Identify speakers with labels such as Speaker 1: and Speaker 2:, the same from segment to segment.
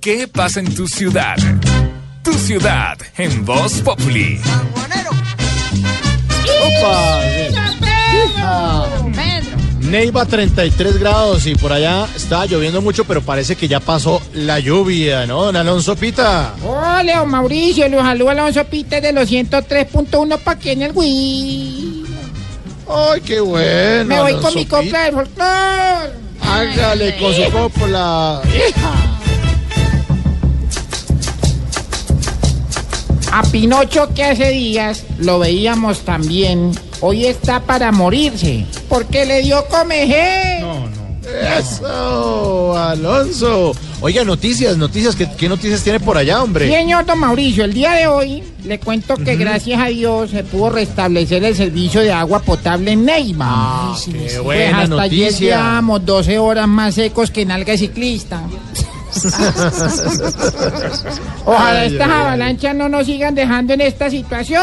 Speaker 1: ¿Qué pasa en tu ciudad? Tu ciudad en Voz Populi.
Speaker 2: Neiva 33 grados y por allá está lloviendo mucho, pero parece que ya pasó la lluvia, ¿no, don Alonso Pita?
Speaker 3: Hola, Leo Mauricio, los saludo Alonso Pite de los 103.1 pa' aquí en el Wii.
Speaker 2: Ay, qué bueno.
Speaker 3: Me voy con
Speaker 2: Alonso
Speaker 3: mi copla
Speaker 2: Pita.
Speaker 3: de folclor.
Speaker 2: Hágale con su copla.
Speaker 3: A Pinocho que hace días lo veíamos también. Hoy está para morirse. Porque le dio comeje.
Speaker 2: Eso, Alonso. Oiga, noticias, noticias. ¿Qué, qué noticias tiene por allá, hombre?
Speaker 3: Señor Don Mauricio, el día de hoy le cuento que gracias a Dios se pudo restablecer el servicio de agua potable en Neiva.
Speaker 2: Ah, Qué
Speaker 3: Pues
Speaker 2: buena
Speaker 3: hasta ayer
Speaker 2: noticia.
Speaker 3: llevamos 12 horas más secos que nalga de ciclista. Ojalá
Speaker 2: Ay,
Speaker 3: estas
Speaker 2: ay, ay.
Speaker 3: avalanchas no nos sigan dejando en esta situación.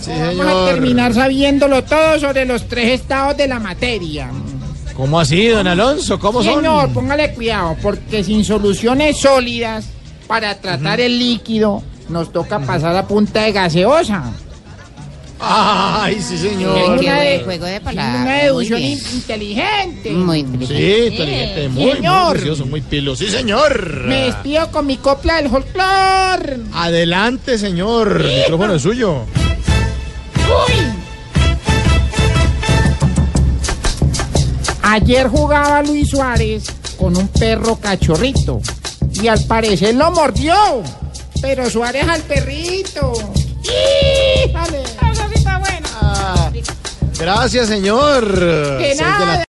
Speaker 2: Sí,
Speaker 3: Vamos
Speaker 2: señor.
Speaker 3: a terminar sabiéndolo todo sobre los tres estados de la materia.
Speaker 2: ¿Cómo así, don Alonso? ¿Cómo son?
Speaker 3: Señor, póngale cuidado, porque sin soluciones sólidas para tratar el líquido, nos toca pasar a punta de gaseosa.
Speaker 2: Ay, sí, señor.
Speaker 3: Una de-
Speaker 4: juego de palabras.
Speaker 3: Una deducción
Speaker 4: Muy
Speaker 3: in-
Speaker 4: bien.
Speaker 3: inteligente.
Speaker 4: Muy inteligente.
Speaker 2: Sí, inteligente, muy, muy
Speaker 3: Señor.
Speaker 2: precioso, muy pilo. Sí, señor.
Speaker 3: Me despido con mi copla del folclor.
Speaker 2: Adelante, señor. El micrófono es suyo.
Speaker 3: Ayer jugaba Luis Suárez con un perro cachorrito y al parecer lo mordió, pero Suárez al perrito. ¡Híjale!
Speaker 2: Gracias, señor.
Speaker 3: Que
Speaker 2: Seis de la
Speaker 3: nada.